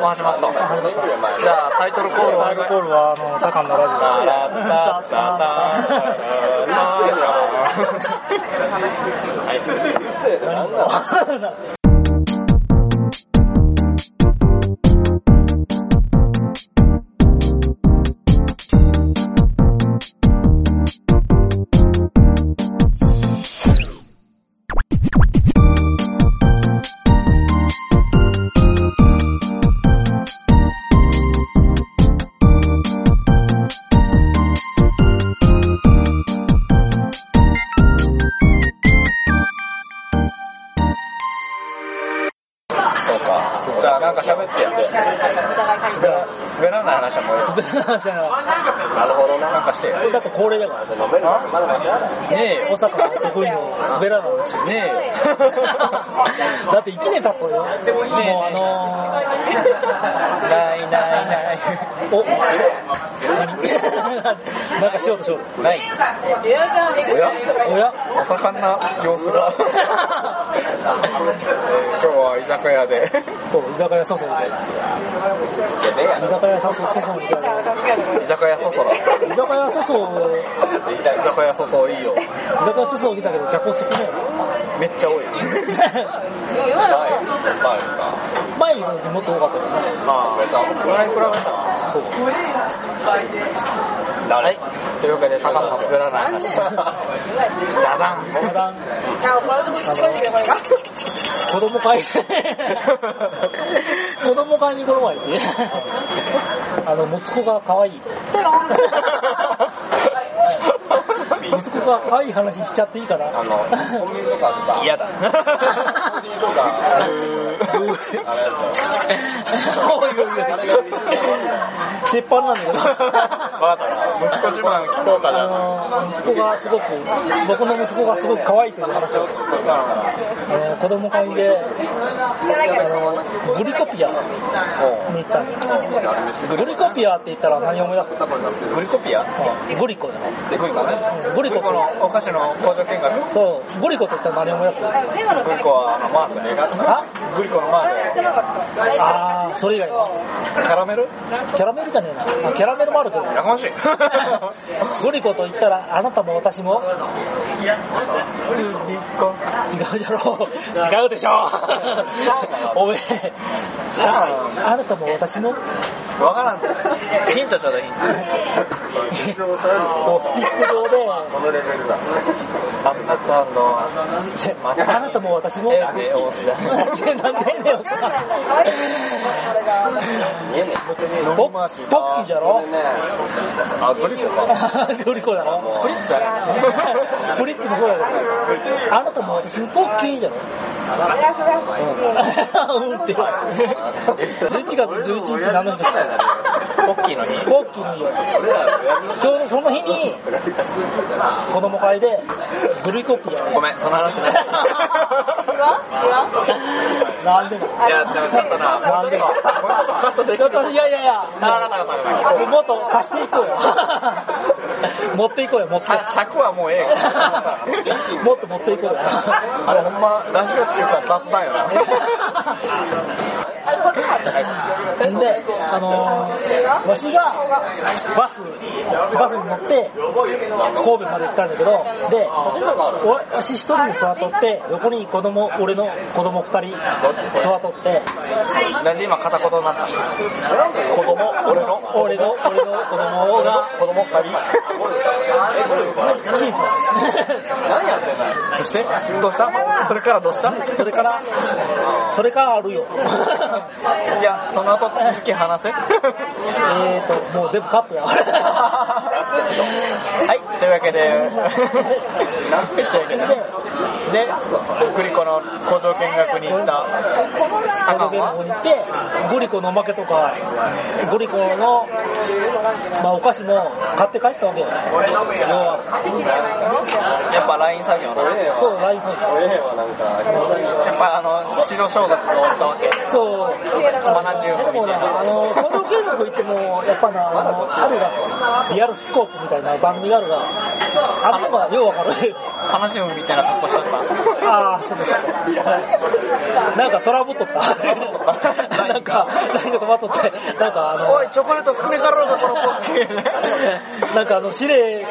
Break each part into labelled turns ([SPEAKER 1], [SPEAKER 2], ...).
[SPEAKER 1] も始まった。
[SPEAKER 2] あ始まった
[SPEAKER 1] じゃあ、タイトルコール
[SPEAKER 2] ワイルドコールは、あの、タカンのラジオ。
[SPEAKER 1] そうか。じゃあ、なんか喋ってやって。滑ら滑らない話はもういいです。
[SPEAKER 2] じゃあ
[SPEAKER 1] なるほどな。なんかして。
[SPEAKER 2] これだって恒例だから。ねえ、大阪の得意の滑らない 話。ねえ。だって1年経ったよ。もうあのー、
[SPEAKER 1] ないないない。
[SPEAKER 2] お何なんかしようとしようと。
[SPEAKER 1] ない。おや
[SPEAKER 2] おや
[SPEAKER 1] お盛んな様子が。今日は居酒屋で。
[SPEAKER 2] そう、居酒屋誘うみたいな。居酒屋誘うみたいな。
[SPEAKER 1] 居酒屋そそら。
[SPEAKER 2] 居酒屋誘う
[SPEAKER 1] 居酒屋そそいいよ。
[SPEAKER 2] 居酒屋裾を見たけど客少ない。
[SPEAKER 1] めっちゃ多い。前か。
[SPEAKER 2] 前の時もっと多かったよね。
[SPEAKER 1] ああ、これに比べたら。
[SPEAKER 2] そう。
[SPEAKER 1] はい。というわけで、高野の滑らない話。ダダン。
[SPEAKER 2] 値段、子供 会子供会にこの前行ってあの、息子が可愛い。息子が可愛い話しちゃっていいかな。
[SPEAKER 1] あの、コンビニとかでさ、
[SPEAKER 2] 嫌 だ
[SPEAKER 1] コンビニとか、あれや
[SPEAKER 2] 鉄板なんだけど。
[SPEAKER 1] わかったな。息子自慢聞こうか
[SPEAKER 2] あ
[SPEAKER 1] な。
[SPEAKER 2] の息子がすごく、僕の息子がすごく可愛いという話を、あの子供会で、あのグリコピアに行ったんです。グリコピアって言ったら何を思い出す
[SPEAKER 1] グリコピア
[SPEAKER 2] グリコだね。
[SPEAKER 1] で、グリコね。
[SPEAKER 2] グリコ
[SPEAKER 1] このお菓子の工場見学。
[SPEAKER 2] そう、グリコって言ったら何を思い出す
[SPEAKER 1] グリコはあのマークね。グリコのマー
[SPEAKER 2] あー、それ以外です
[SPEAKER 1] ク。キャラメル
[SPEAKER 2] キャラメルじゃねえな。あキャラメルもあるけど。
[SPEAKER 1] やかましい。
[SPEAKER 2] グリコと言ったら、あなたも私も、グリコ。違うだろう。違うでしょう。おめえ、あなたも私も、
[SPEAKER 1] わからん。ヒントちょうだいヒント。
[SPEAKER 2] こう、スティック状で、
[SPEAKER 1] あなたの、
[SPEAKER 2] あなたも私も、
[SPEAKER 1] 絵で押す。
[SPEAKER 2] なんでなんでだよ、
[SPEAKER 1] 飲
[SPEAKER 2] ポ
[SPEAKER 1] み回し
[SPEAKER 2] ッポッキーじゃろ
[SPEAKER 1] あ、グリコか。
[SPEAKER 2] グリコだろ
[SPEAKER 1] プリッツァや。
[SPEAKER 2] プリッツもそうだけど、あなたも私もポッキ ーじゃろ うんって。11月11日何の日ですか
[SPEAKER 1] ポッキーのに。
[SPEAKER 2] ポッキーの日ですちょうどその日に、子供会で、グリコピア
[SPEAKER 1] ご
[SPEAKER 2] を。
[SPEAKER 1] めん、その話ない。
[SPEAKER 2] なんでも。
[SPEAKER 1] いや、でもちょっとな、
[SPEAKER 2] なんでも。
[SPEAKER 1] ちょっとで
[SPEAKER 2] ちょっといやいやいや、
[SPEAKER 1] か
[SPEAKER 2] もっと貸していこうよ。持っていこうよ、持って。
[SPEAKER 1] 尺はもうええよ
[SPEAKER 2] もっと持っていこうよ。
[SPEAKER 1] あれほんま、ラジオっていうか雑談やな。
[SPEAKER 2] んで、あのー、わしがバス、バスに乗って、神戸まで行ったんだけど、で、わわし一人に座っとって、横に子供、俺の子供二人座っとって、
[SPEAKER 1] なんで今片言になった
[SPEAKER 2] 子供、俺の、俺の、俺の子供が、子供二人、チーズ
[SPEAKER 1] 何やってんだそしてどうしたそれからどうした
[SPEAKER 2] だ それから、それからあるよ。
[SPEAKER 1] いや、その後続き話せ。
[SPEAKER 2] えーと、もう全部カットや。
[SPEAKER 1] はい、というわけで、なんてしてるけど。で、グリコの工場見学に行った。
[SPEAKER 2] タカベルに行って、グリコのおまけとか、グリコの、まあ、お菓子も買って帰ったわけよ。要は、
[SPEAKER 1] やっぱ LINE 作業な。や
[SPEAKER 2] そう、ライソン。
[SPEAKER 1] っぱあの、白装束が終わったわけ。
[SPEAKER 2] そう。
[SPEAKER 1] マナジウム
[SPEAKER 2] でも
[SPEAKER 1] みたい
[SPEAKER 2] な、あ
[SPEAKER 1] な。
[SPEAKER 2] の、報道見学行っても、やっぱな、あの、あるが、リアルスコープみたいな番組があるが、あの子がようわかる。
[SPEAKER 1] 話もみたいな格好しちゃった。
[SPEAKER 2] ああ、そうです。はいなんかトラブっとった。なんか、何か止まっとって、なんかあの、
[SPEAKER 1] い、チョコレート少ねえからな、この 子。
[SPEAKER 2] なんかあの、指令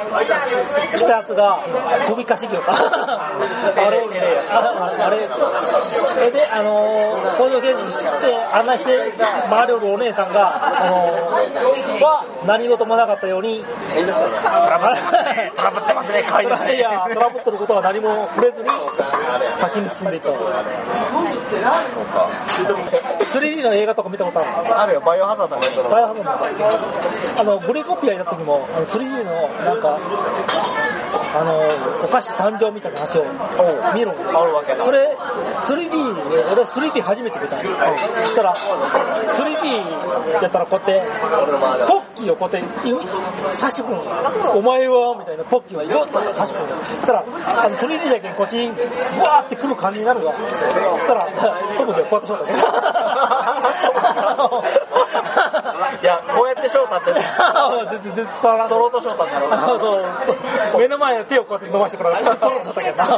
[SPEAKER 2] 来たやつが、首かしげよった。 あれ、あれ、あれ。で、あのー、工場見学して、案内して、周りおるお姉さんが、あのー、は、何事もなかったように、
[SPEAKER 1] トラブってますね。トラブってますね、可愛いですね
[SPEAKER 2] いや、トラブってることは何も触れずに、先に進んでいった。3D の映画とか見たことある
[SPEAKER 1] あるよ、バイオハザードの。
[SPEAKER 2] バイオハザードあの、グレコピアになった時も、あの 3D の、なんか、あの、お菓子誕生みたいな話を見るの
[SPEAKER 1] あるわけだ
[SPEAKER 2] それ、3D で、俺 3D 初めて見たの。そしたら、3D やったらこうやって、ポッキーをこうやって、い差し込むの。お前はみたいな、ポッキーはよっと差し込むの。そしたら、あの 3D だけにこっちに、わーって来る感じになるわ。そしたら、特にはこうやってしまったねあの
[SPEAKER 1] いや、こうやって翔太って、
[SPEAKER 2] 全然、全然伝わらん。
[SPEAKER 1] ドロート翔太になろうな。
[SPEAKER 2] あそう。目の前の手をこうやって伸ばしてくれる。取ろうとしたけどな。
[SPEAKER 1] 可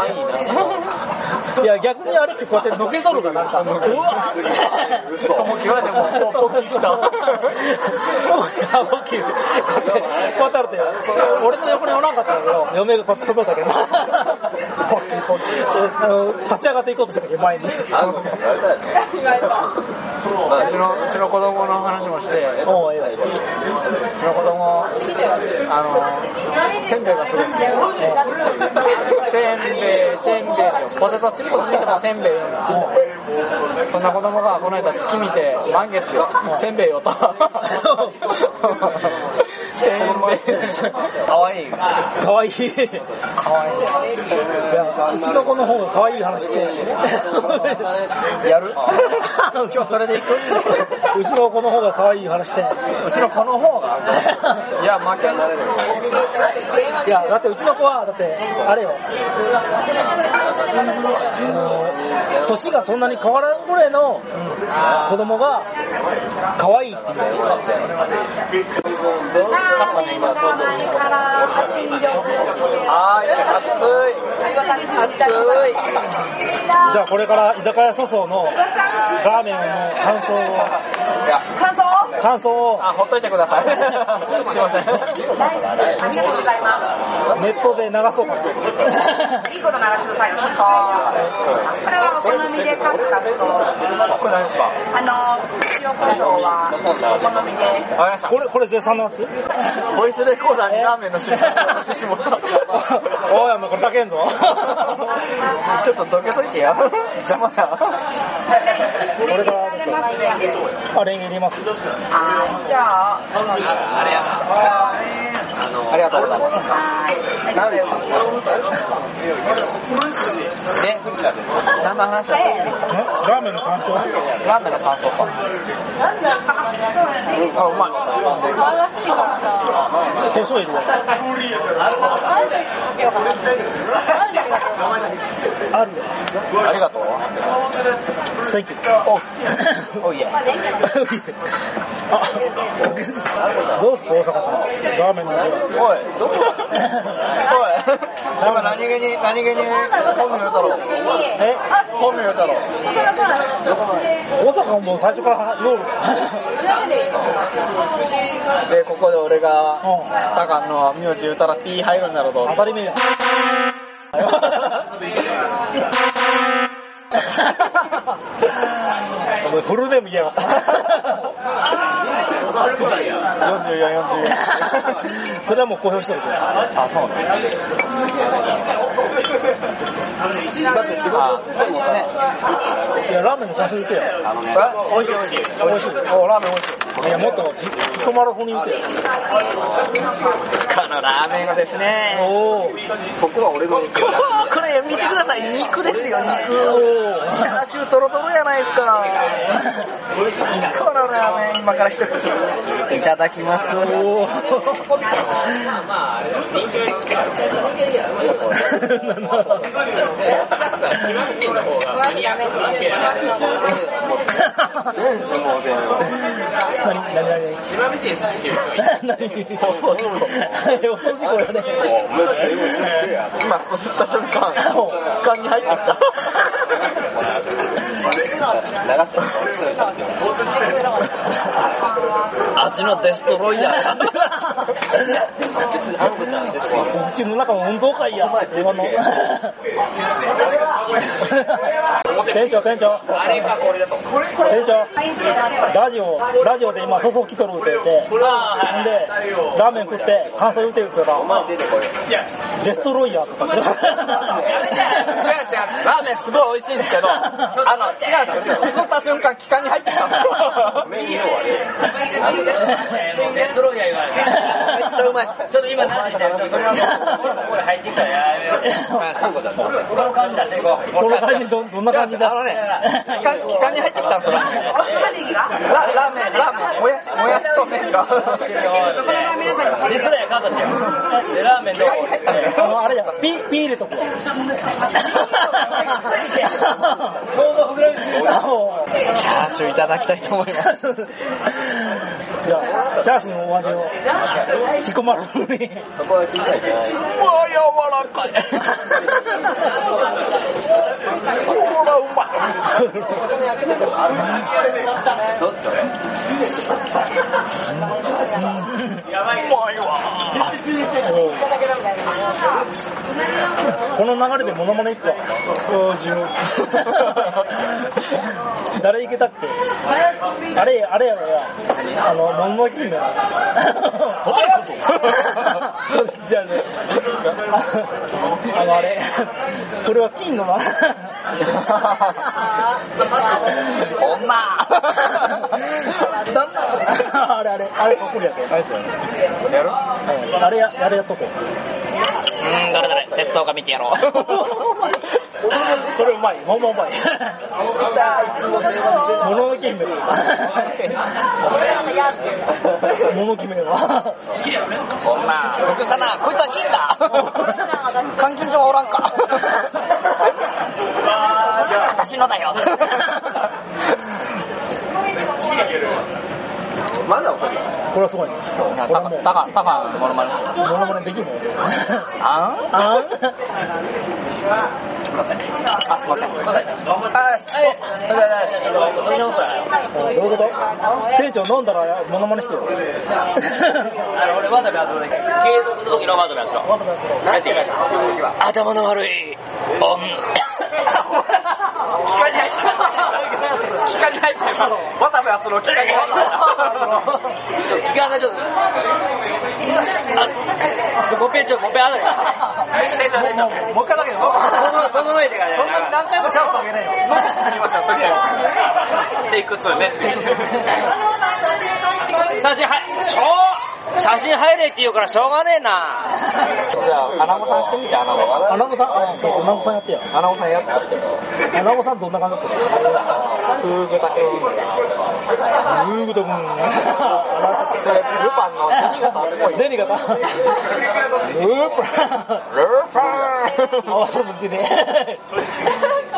[SPEAKER 1] 愛い な。
[SPEAKER 2] いや、逆にあれってこうやってのけぞるがなんか、うわー
[SPEAKER 1] ともきはでも、ポッキー来た。
[SPEAKER 2] あ、大きい。こうやって、こうやってあるって、俺の横におらんかったんだけど、嫁がこうやって届いたけど、ポッキーポッキーあの立ち上がっていこうとしたけど、前に。
[SPEAKER 1] うちの、うちの子供の話もして、う
[SPEAKER 2] おう、ええわええわ
[SPEAKER 1] ちの子供、あの、せんべいがすごい好き。せんべい、せんべいって、ポテトチップス見てもせんべいよな。そんな子供がこの間月見て、満月よ、せんべいよと。せんべい。かわいい。
[SPEAKER 2] かわいい。かわいい。や、うちの子の方がかわいい話して。やる今日それでいくうちの子の方がかわいい話して。うちの子の方が
[SPEAKER 1] いや、負けられる。
[SPEAKER 2] いや、だってうちの子は、だって、あれよ。あの年がそんなに変わらんぐらいの子供が、可愛いって言うんだよ。じ
[SPEAKER 1] あーい、
[SPEAKER 2] ゃあこれから居酒屋粗相のラーメンの感想を、
[SPEAKER 1] 暑い。いや、
[SPEAKER 2] 感想を、
[SPEAKER 1] あ、ほっといてくだ さい。すいません。
[SPEAKER 2] ネットで流そうかな。
[SPEAKER 1] これ何ですかわかりました。
[SPEAKER 2] これ、これ絶賛のやつ
[SPEAKER 1] ボイスレコーダーにラーメンの種類をしてしまった。
[SPEAKER 2] おい、お前これ炊けんぞ。
[SPEAKER 1] ちょっとどけといてや。邪魔だ。
[SPEAKER 2] これから、あれ入れます。
[SPEAKER 1] ありがとうございます。で、何の話だっ
[SPEAKER 2] んラーメンの感想
[SPEAKER 1] たラーメンの感想か。あ、うまい。
[SPEAKER 2] 胡椒入れるあるよ。
[SPEAKER 1] ありがとう。
[SPEAKER 2] Thank you.
[SPEAKER 1] おいえ。
[SPEAKER 2] あ、どうすか大阪さん。ラーメンの味は。
[SPEAKER 1] おい。おい。今何気に、何気に、本名太郎。
[SPEAKER 2] え
[SPEAKER 1] 本名太郎。
[SPEAKER 2] 大阪もう最初からロール
[SPEAKER 1] で、ここで俺が、
[SPEAKER 2] う
[SPEAKER 1] タカンの名字言うたら P 入るんだろうと
[SPEAKER 2] ん。。当たり目や。お前フルネーム言いやがった。
[SPEAKER 1] 44、44。
[SPEAKER 2] それはもう公表してるから。
[SPEAKER 1] あ、そうね。だって仕事してもね。
[SPEAKER 2] いや、ラーメンの感想言ってよ。
[SPEAKER 1] あのね。美味しい美味しい。美味しい。お、ラーメン美味しい。
[SPEAKER 2] いや、もっと、止まる方に言ってよ。
[SPEAKER 1] このラーメンがですね。
[SPEAKER 2] おー。
[SPEAKER 1] そこは俺の。これ見てください。肉ですよ、肉。チャーシュートロトロやないですか。このラーメン、今から一口。いただきます。
[SPEAKER 2] おー。何何何何何放送事故。放
[SPEAKER 3] 千葉県好きっていう人がいる
[SPEAKER 2] 送事故やね。
[SPEAKER 1] 今、こすった瞬間、俯瞰に入って
[SPEAKER 3] 味のデストロイ ヤー。
[SPEAKER 2] うちの中も運動会や。今の。店長、店長。
[SPEAKER 3] あれか、これだと。これ
[SPEAKER 2] 店長。ラジオ、ラジオで今、そそ来とるって言って。んで、ラーメン食って、感想言うてるけど、
[SPEAKER 3] 出てこい。
[SPEAKER 2] デストロイヤーとか。
[SPEAKER 1] 違う違う、ラーメンすごい美味しいんですけど、あの、違うんですよ。すった瞬間、気管に入ってきたんですよ。
[SPEAKER 3] メニューはね、もうデスロイヤーが
[SPEAKER 2] っ
[SPEAKER 3] め
[SPEAKER 2] ちゃうまいっ
[SPEAKER 3] ちょっと今何時だよ、ちょっとこれ入ってきたやこの感じ出していこう。
[SPEAKER 2] この感じど、どんな感じだ
[SPEAKER 1] あのね、気管気管に入ってきたんですよ、ラーメンララーメン、ラーメン、もやし、もやしと麺が。
[SPEAKER 3] デスロイヤーカットしよう。で、ラーメンどう
[SPEAKER 2] あの、あれじゃん、ピ、ピー入れとくわ。
[SPEAKER 3] 想像膨らみすぎる。
[SPEAKER 2] あ
[SPEAKER 1] チャーシューいただきたいと思います。
[SPEAKER 2] じゃあ、チャーシューのお味を、引くまるのに。
[SPEAKER 3] そこは聞いたいけない。
[SPEAKER 1] うわ、柔らかい。ほら、うまい。
[SPEAKER 3] どっちそれ
[SPEAKER 2] この流れでモノマネ行くわ。誰行けたっけあれ、あれやろや。あの、モノマネキングや。じゃあね、あの、あれ、これは金のな。あれあれ、あれ、ここやけ。あれ
[SPEAKER 1] やる
[SPEAKER 2] あれや、あれやっとこう。
[SPEAKER 3] うん、誰誰、節操が見てやろう。
[SPEAKER 2] それうまい、ほんまうまい。物置姫。 物置姫は。
[SPEAKER 3] こんな、得したな、こいつは金 だ。
[SPEAKER 1] 監禁所おらんか。
[SPEAKER 3] 私のだよ。まだ怒る
[SPEAKER 2] これはすごいね。
[SPEAKER 1] タカ、タカ、タカのモノマネしてる
[SPEAKER 2] モノマネできるの
[SPEAKER 1] あん
[SPEAKER 2] あん
[SPEAKER 1] あ、すいません。あ、
[SPEAKER 2] どういうこと店長飲んだらモノマネしてよ。
[SPEAKER 3] あれ、俺、ワタミ集める継続の時のワタミ集める。何て言うか頭の悪い、おん。
[SPEAKER 1] 機械に入ってる。渡部篤郎機械に入ってる。
[SPEAKER 3] ちょっと、期間がちょっと。あ、もうペンちょ、もうペンあ るやん。成長成長。
[SPEAKER 1] もう一回だけど、
[SPEAKER 3] 整えてから
[SPEAKER 1] そんなに何回もチャンスあげないよ。マジでありました、とりあ
[SPEAKER 3] テイク2ね。写真はい、しょう写真入れって言うからしょうがねえな。
[SPEAKER 1] えず。じゃあ、アナゴさんしてみて、アナゴさ
[SPEAKER 2] アナゴさん、あ、そう、アナゴさんやってよ。
[SPEAKER 1] ん。アナゴさんやってたって。
[SPEAKER 2] アナゴさんどんな感じだった
[SPEAKER 1] フーグタケウ
[SPEAKER 2] のグーグドブー
[SPEAKER 1] それ、ルパンの銭形っぽい。
[SPEAKER 2] ゼニガ タ。ループラン。
[SPEAKER 1] ルパ ン
[SPEAKER 2] あ、そうってね。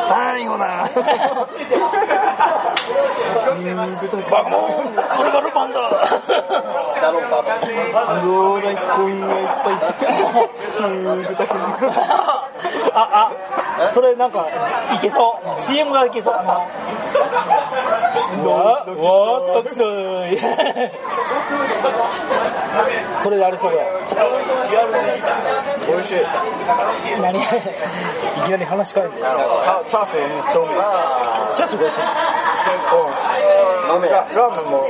[SPEAKER 1] 何 よな
[SPEAKER 2] バカモンそれがルパンだ
[SPEAKER 3] だろうか。
[SPEAKER 1] どうだいコインがいっぱい
[SPEAKER 2] あ、あ、それなんか、いけそう。CM がいけそう。わ、わーっときとい。それであれそれ。
[SPEAKER 1] 美味しい。
[SPEAKER 2] 何いきなり話変えるんだよ。
[SPEAKER 1] チャチャーシューめっちゃうまい。
[SPEAKER 2] ちょっとどう
[SPEAKER 1] 飲めラーメンも、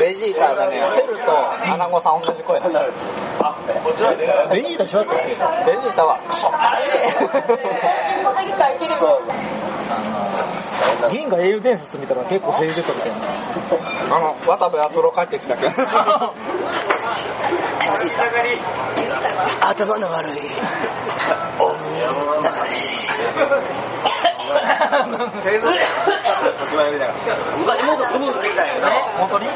[SPEAKER 1] ベジータがね、セルとアナゴさん同じ声だった。
[SPEAKER 2] するベジータ一緒だったっけ
[SPEAKER 1] ベジータは、
[SPEAKER 2] 銀河英雄伝説見たら結構声優出たみたいな。
[SPEAKER 1] あの、渡部アトロ帰ってきたけど、
[SPEAKER 3] 頭の悪い。 おん。
[SPEAKER 4] 今やりながら。
[SPEAKER 3] 昔もっとスムーズできたんやけどね。
[SPEAKER 4] 本当に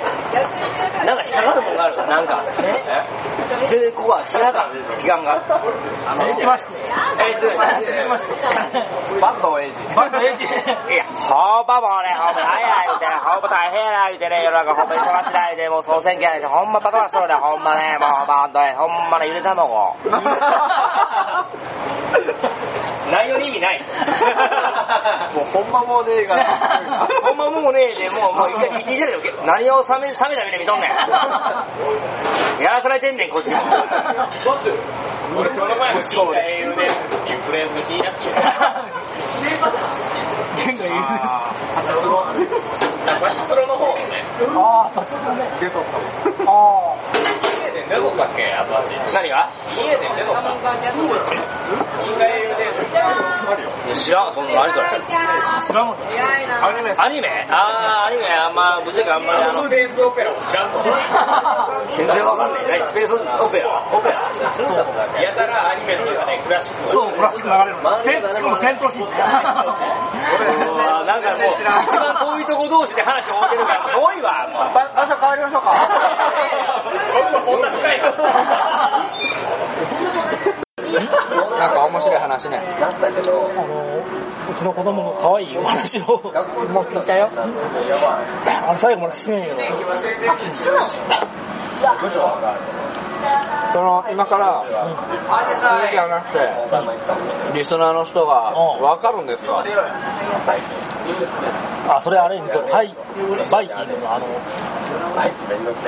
[SPEAKER 3] なんか引っかかるもんがある。なんか。 全然ここは引っかかる時間が。あの、
[SPEAKER 2] きまして。
[SPEAKER 3] えすごい。
[SPEAKER 4] バンドエイジ。
[SPEAKER 2] バンドエイジ。
[SPEAKER 3] いや、ほぼもうね、ほぼ早いみたいな、ほぼ大変や言うてね、世の中ほんま忙しないで、もう総選挙やで、ほんまバカバカしろで、ほんまね、もうバンドね、ほんまね、ゆで卵。内容に意味ない。
[SPEAKER 4] もうほんまもうねえが。
[SPEAKER 3] ほんまもうねえで、もう、もう一回聞いてるよ。何を冷め、冷めた目で見とんねん。やらされてんねん、こっちも。
[SPEAKER 4] 俺この前の深海遊でっていうフレーズが気になってあー、パチスロ。パチスロの方ね。
[SPEAKER 2] あー、パチスロね。
[SPEAKER 4] 出とったもん。
[SPEAKER 2] あ
[SPEAKER 4] 家で出とったっけあそ足。
[SPEAKER 3] 何が
[SPEAKER 4] 家で出とった。深海遊で。つまるよ。
[SPEAKER 3] 知らん、そんな、何それ。
[SPEAKER 2] ー、スラムだ。
[SPEAKER 4] アニメ。
[SPEAKER 3] アニメあー、アニメ、あんま、ぶっちゃけあんまり、あの、
[SPEAKER 4] デイズオペラを知らん
[SPEAKER 3] 全然わかんない。何スペースオペラオペラ
[SPEAKER 4] やたらアニメの中でクラシック
[SPEAKER 2] そう、クラシック流れるの。戦しかも戦闘シーン。
[SPEAKER 3] うわなんかもう、一番遠いとこ同士で話を終えてるから、遠いわ、もう。
[SPEAKER 1] 場場所変わりましょうか。
[SPEAKER 4] こんな深いこと。
[SPEAKER 1] なんか面白い話ね。
[SPEAKER 2] あのうちの子供の可愛いお話 を持ってきたよ。あの最後まで死ねんけど。
[SPEAKER 1] その、今から、続きはなくて、リスナーの人が
[SPEAKER 2] うん
[SPEAKER 1] わかるんですか
[SPEAKER 2] あ、それあれに見とる。はい。バイキングのあの、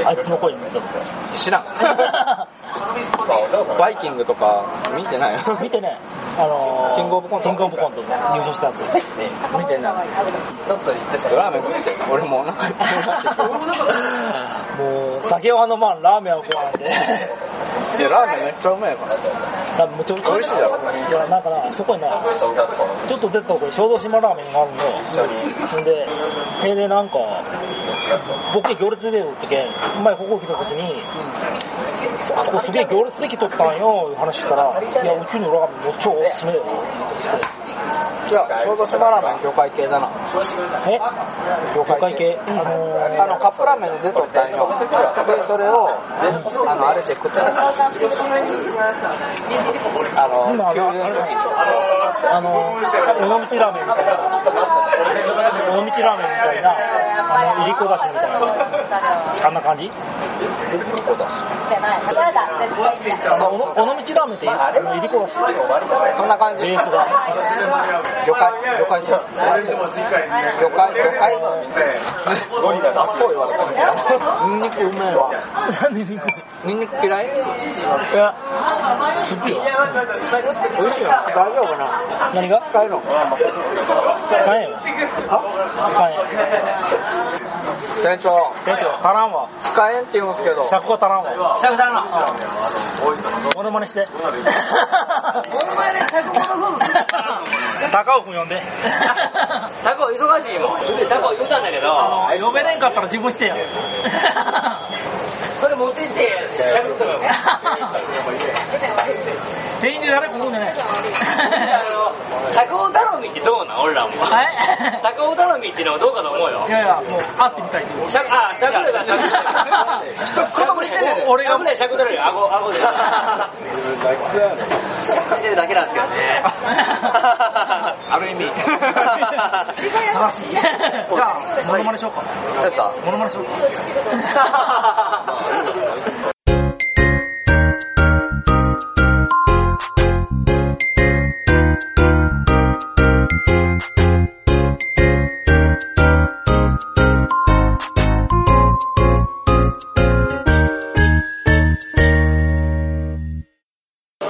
[SPEAKER 2] あいつの声に見とる。
[SPEAKER 1] 知ら ん。バイキングとか見てない
[SPEAKER 2] 見てね、あのー、
[SPEAKER 1] キングオブコント
[SPEAKER 2] キングオブコントで優勝したやつ。
[SPEAKER 1] 見てない。ちょっと言ってた。ラーメン食って俺もうお腹いっぱいになって
[SPEAKER 2] もう、酒をあのまん、ラーメンをこうなんで。
[SPEAKER 1] きたいや、ラーメンめっちゃうまいから。
[SPEAKER 2] ラーメンめっちゃ美味しいだろ。いや、なんかな、そこにな、ちょっと出たとこに小豆島ラーメンがあるのよ。んで、それでなんか、僕行列でおってけん、前ここ来た時に、あそこすげえ行列できとったんよ、いう話したら、いや、うちのラーメンも超おすすめよ。
[SPEAKER 1] じゃあ、小豆島ラーメン魚介系だな。
[SPEAKER 2] え魚介系あのー、
[SPEAKER 1] あの、カップラーメンの出とったんよ。で、それを、あの、あれで食ってた。あの、
[SPEAKER 2] 今あ
[SPEAKER 1] 給
[SPEAKER 2] の、
[SPEAKER 1] 料
[SPEAKER 2] あれ
[SPEAKER 1] の時に。
[SPEAKER 2] あの、尾道ラーメンみたいな。尾道ラーメンみたいな、あの、いりこだしみたいな。あんな感じあの、尾尾道ラーメンって、あの、いりこだし。
[SPEAKER 1] そんな感じ。
[SPEAKER 2] ベース が。
[SPEAKER 1] 魚介、魚介しよう。魚介、魚介。
[SPEAKER 4] ゴリラだ。そう 言われ
[SPEAKER 1] ニンニクうめえわ。
[SPEAKER 2] なんでいりこ
[SPEAKER 1] ニンニク嫌い
[SPEAKER 2] いや、好きよ。
[SPEAKER 1] 美味しいよ。大丈夫かな
[SPEAKER 2] 何が
[SPEAKER 1] 使えるの
[SPEAKER 2] 使えんよ。使えん。
[SPEAKER 1] 店長、
[SPEAKER 2] 店長、足らんわ。
[SPEAKER 1] 使えんって言うんすけど、
[SPEAKER 2] 尺が足らんわ。
[SPEAKER 3] シャクさんの。
[SPEAKER 2] モノマネ して。モノマネ尺落とそうと高尾くん 呼んで。
[SPEAKER 3] タコ忙しいもん。タコ言うたんだけど、
[SPEAKER 2] 呼べねんかったら自分してや。
[SPEAKER 3] それ持ってきて、シャクさんが。
[SPEAKER 2] 店員で誰か来んじゃ ない
[SPEAKER 3] あの、タコ頼みってどうなん俺らも。
[SPEAKER 2] は
[SPEAKER 3] タコ頼みっていうのはどうかと思うよ
[SPEAKER 2] い。い。やいや、もう会ってみたい って。
[SPEAKER 3] シャク、あ、シャクだ、シャクだ。
[SPEAKER 2] 一言も言ってないで
[SPEAKER 3] 俺が。シャクだよ、シャクだよ、顎、顎で。
[SPEAKER 4] てるだけなんですけどね。ある意味。
[SPEAKER 2] 正しい。じゃあ、モノマネしようか。
[SPEAKER 4] ですか
[SPEAKER 2] モノマネしようか。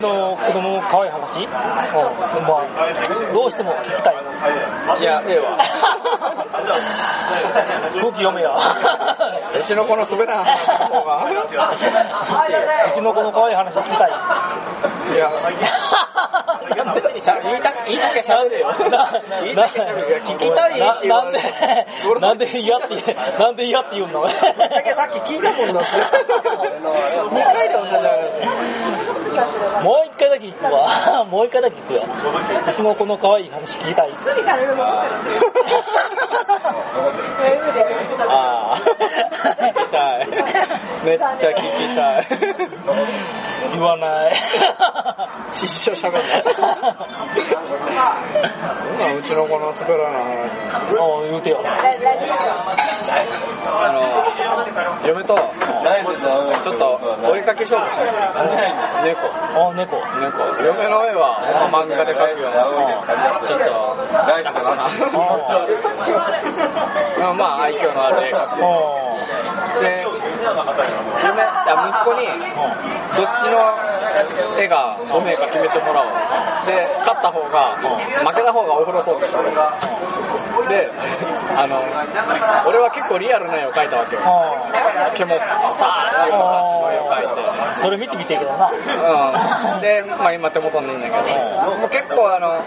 [SPEAKER 2] の子供の可愛い話、うんまあ、どうしても聞きたい。
[SPEAKER 1] いや、ええわ。
[SPEAKER 2] 空気読めよ。
[SPEAKER 1] うちの子の滑らない話の方が。
[SPEAKER 2] うちの子の可愛い話聞きたい。
[SPEAKER 1] いや、しゃ言いた言いたきゃしゃべれよ。言いたきゃしゃべれよ。聞きたいって言
[SPEAKER 2] なな
[SPEAKER 1] わ
[SPEAKER 2] ん
[SPEAKER 1] れ
[SPEAKER 2] で
[SPEAKER 1] て。、
[SPEAKER 2] なんで嫌って、なんで嫌って言うんだ俺。
[SPEAKER 1] さっき聞いたもんだって。2回で同じ話。
[SPEAKER 2] もう一回だけ聞くわ。もう一回だけ聞くよ。うちの子の可愛い話聞きたい。
[SPEAKER 5] めっちゃ聞きたい。
[SPEAKER 2] 言わない。
[SPEAKER 5] 一生喋んない。今うちの子のスクラの話、
[SPEAKER 2] ああ、言うてよ。
[SPEAKER 5] あの、嫁と、ちょっと追いかけ勝負したい。猫。
[SPEAKER 2] ああ、猫。
[SPEAKER 5] 猫。嫁の絵は、漫画で描くような、ちょっと、ライトかな。気持ち悪い。まあ、愛嬌のある絵描く。
[SPEAKER 2] あ
[SPEAKER 5] で、嫁、あ息子に、どっちの手が5名か決めてもらおう。で、勝った方が、負けた方がお風呂掃除してもらうで、あの、俺は結構リアルな絵を描いたわけよ
[SPEAKER 2] あ。。あ
[SPEAKER 5] 毛も、さーっていう形の絵を描いて。
[SPEAKER 2] あ。それ見てみてえけどな。
[SPEAKER 5] うんで、まあ今手元にいんだけど、もう結構あの、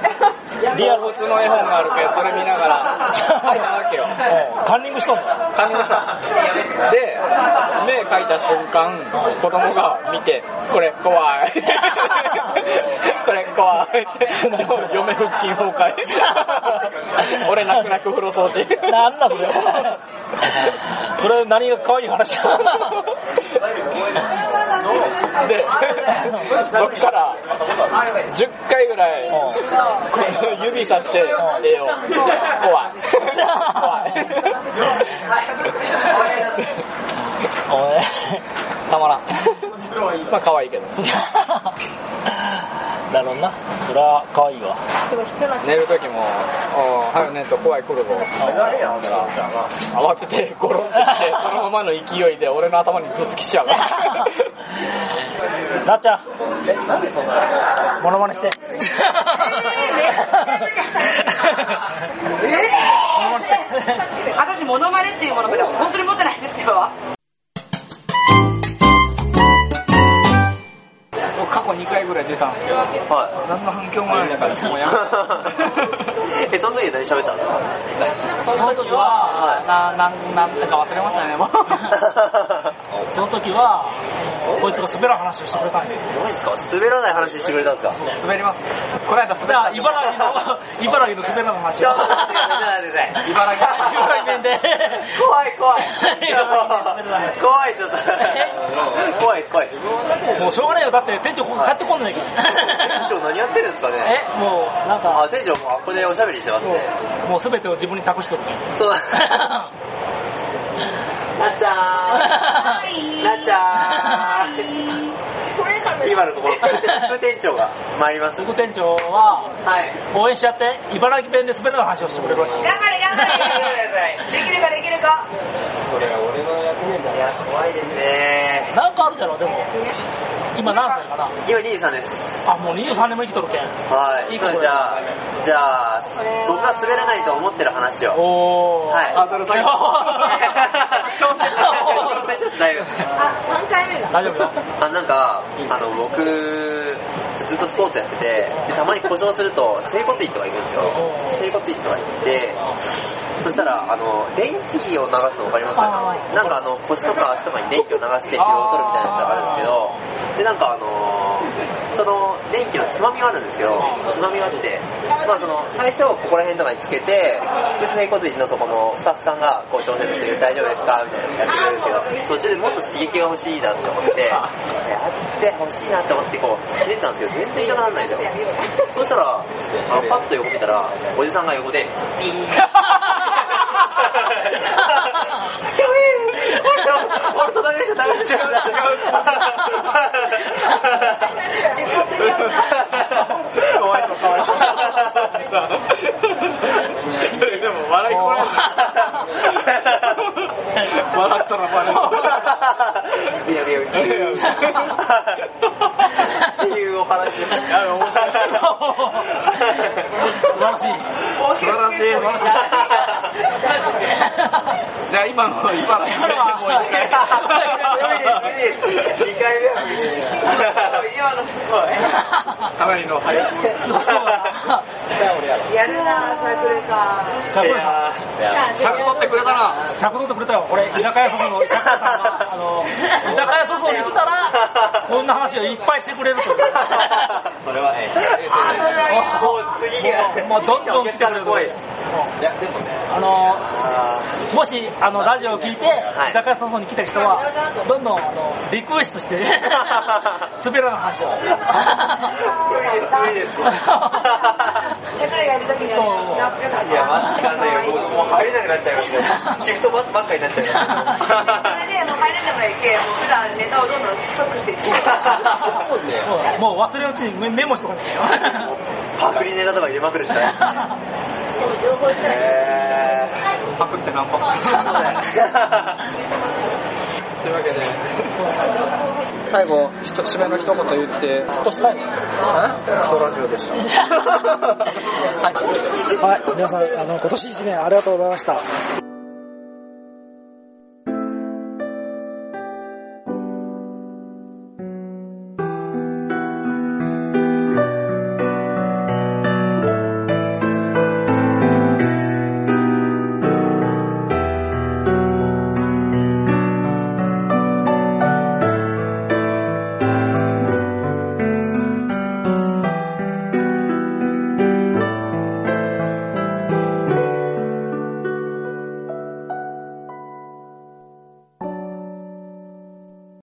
[SPEAKER 5] リアル普通の絵本があるけど、それ見ながら描いたわけ よ。
[SPEAKER 2] うんカンニングしとんだ。
[SPEAKER 5] 感じました。で、目描いた瞬間、子供が見て、これ怖い。 これ怖い。嫁腹筋崩壊。俺泣く泣く風呂掃除。
[SPEAKER 2] なんだそれ。 それ何が可愛い 話だ。
[SPEAKER 5] で、そっから、10回ぐらい、この指さして、えよ、怖い。怖い。
[SPEAKER 2] おい。
[SPEAKER 5] たまらん。まあ可愛いけど。
[SPEAKER 2] なるほどな。そりゃ可愛いわ。
[SPEAKER 5] 寝るときも、おはよ寝んと怖い来るぞ。慌ててゴロンってして、そのままの勢いで俺の頭に頭突きしちゃう。
[SPEAKER 2] なっちゃん。モノマネして。
[SPEAKER 6] 私、モノマネっていうものが本当に持ってないんですよ。
[SPEAKER 5] 僕過去2回ぐらい出たんですけど、
[SPEAKER 4] は
[SPEAKER 5] 何の反響もない中で、もうやめた。
[SPEAKER 4] い。 え、その時何喋ったんですか
[SPEAKER 5] その時は、な、なん、なんだか忘れましたね、もう。
[SPEAKER 2] その時は、こいつが滑らん話をしてくれたんで。
[SPEAKER 4] どうですか 滑らない話してくれたんですか
[SPEAKER 5] 滑ります。この間
[SPEAKER 2] じゃあ、
[SPEAKER 5] 滑った。
[SPEAKER 2] 茨城の、茨城の滑らん話を。
[SPEAKER 5] 茨城
[SPEAKER 2] 茨城弁で。
[SPEAKER 4] 怖い怖い。怖いちょっ と。怖い怖い。
[SPEAKER 2] もうしょうがないよ。だって店長ここ帰ってこんないか
[SPEAKER 4] 店
[SPEAKER 2] ら。
[SPEAKER 4] 長何やってるんですかね
[SPEAKER 2] え、もう、なんか、
[SPEAKER 4] あ、店長もうあここでおしゃべりしてます
[SPEAKER 2] も
[SPEAKER 4] ね。
[SPEAKER 2] う、もう全てを自分に託しとる。
[SPEAKER 4] そうだ。なっちゃーん。なっちゃーん。今の ところ、副店長が参ります。
[SPEAKER 2] 副店長は、
[SPEAKER 4] はい。
[SPEAKER 2] 応援しちゃって、茨城弁で滑らん話をしてくれるらしい。
[SPEAKER 6] 頑張れ、頑張れ。できるか、できるか。
[SPEAKER 4] それは俺の役目だ。いや、怖いですね。
[SPEAKER 2] なんかあるだろう、でも。今何歳かな
[SPEAKER 4] 今、リーさんです。
[SPEAKER 2] あ、もう23年も生きとるけん。
[SPEAKER 4] はい。今、じゃあ、じゃあ、僕が滑らないと思ってる話を。
[SPEAKER 2] おー。
[SPEAKER 4] はい
[SPEAKER 2] あ、それ最後。
[SPEAKER 4] 挑戦者挑戦者だいぶ。
[SPEAKER 6] あ、3回目だ。
[SPEAKER 2] 大丈夫よ。
[SPEAKER 4] あ、なんか、あの、僕、ずっとスポーツやってて、でたまに故障すると、整骨院とか行くんですよ。整骨院とか行って、そしたら、あの、電気を流すの分かりますなんかあの、腰とか足とかに電気を流して疲労を取るみたいなやつがあるんですけど、で、なんかあの、その、電気のつまみがあるんですけど、つまみがあって、まあその、最初ここら辺とかにつけて、で、整骨院のそこのスタッフさんが、こう、調整して、大丈夫ですかみたいなのやってくれるんですけど、途中でもっと刺激が欲しいなって思って、やって欲しいなって思って、こう、入れてたんですけど、全然いかならないんですよ。そしたら、あの、パッと横見たら、おじさんが横で、ピーン。俺と隣の人流してる
[SPEAKER 5] かわいそう、かわいそう。それでも笑いこらえない。笑ったらバレ
[SPEAKER 4] ビヨビヨビヨ
[SPEAKER 5] る。
[SPEAKER 4] っていうお話で
[SPEAKER 5] や
[SPEAKER 4] す。
[SPEAKER 5] べ面白い
[SPEAKER 2] 素晴らしい。
[SPEAKER 5] 素晴らしい、素晴らしい。じゃあ今の、今の、今のはもう 一回。
[SPEAKER 4] 2回目は無理
[SPEAKER 6] 今のすご
[SPEAKER 5] かなりの早い。
[SPEAKER 6] い。やるな、シャクレか。
[SPEAKER 2] シャクルさ
[SPEAKER 5] 尺取ってくれたな。
[SPEAKER 2] ん。シャクルってくれたよ。これ、居酒屋外の、シャクルさんが、あの、居酒屋外に来たら、こんな話をいっぱいしてくれると。
[SPEAKER 4] それはええ。もう次が
[SPEAKER 2] もうどんどん来てくれる
[SPEAKER 4] い
[SPEAKER 2] あの、もし、あの、ラジオを聞いて、
[SPEAKER 4] い
[SPEAKER 2] 中洲の方に来た人は、どんどん、あの、リクエストして、滑らない話を。
[SPEAKER 4] いですいいです
[SPEAKER 6] 社会がやるときには
[SPEAKER 2] そう
[SPEAKER 6] シナプスが
[SPEAKER 4] いや、マジかね、僕もう入れなくなっちゃいました。シフトバスばっかりになっちゃいまし
[SPEAKER 6] それでもう入れてもいいけもう普段ネタをどんどんストックしていって
[SPEAKER 4] た。そうね。
[SPEAKER 2] そうもう忘れうちにメメモしとかなきゃいけない
[SPEAKER 4] パクリネタとか入れまくるしかない
[SPEAKER 6] 情報自体
[SPEAKER 4] へ
[SPEAKER 5] パクって何パク
[SPEAKER 4] ーそうだよね
[SPEAKER 5] というわけで、
[SPEAKER 1] 最後、ひと締めの一言言って、
[SPEAKER 2] ほっとしたい。
[SPEAKER 1] えクソラジオでした。はい。
[SPEAKER 2] はい、皆さん、あの、今年一年ありがとうございました。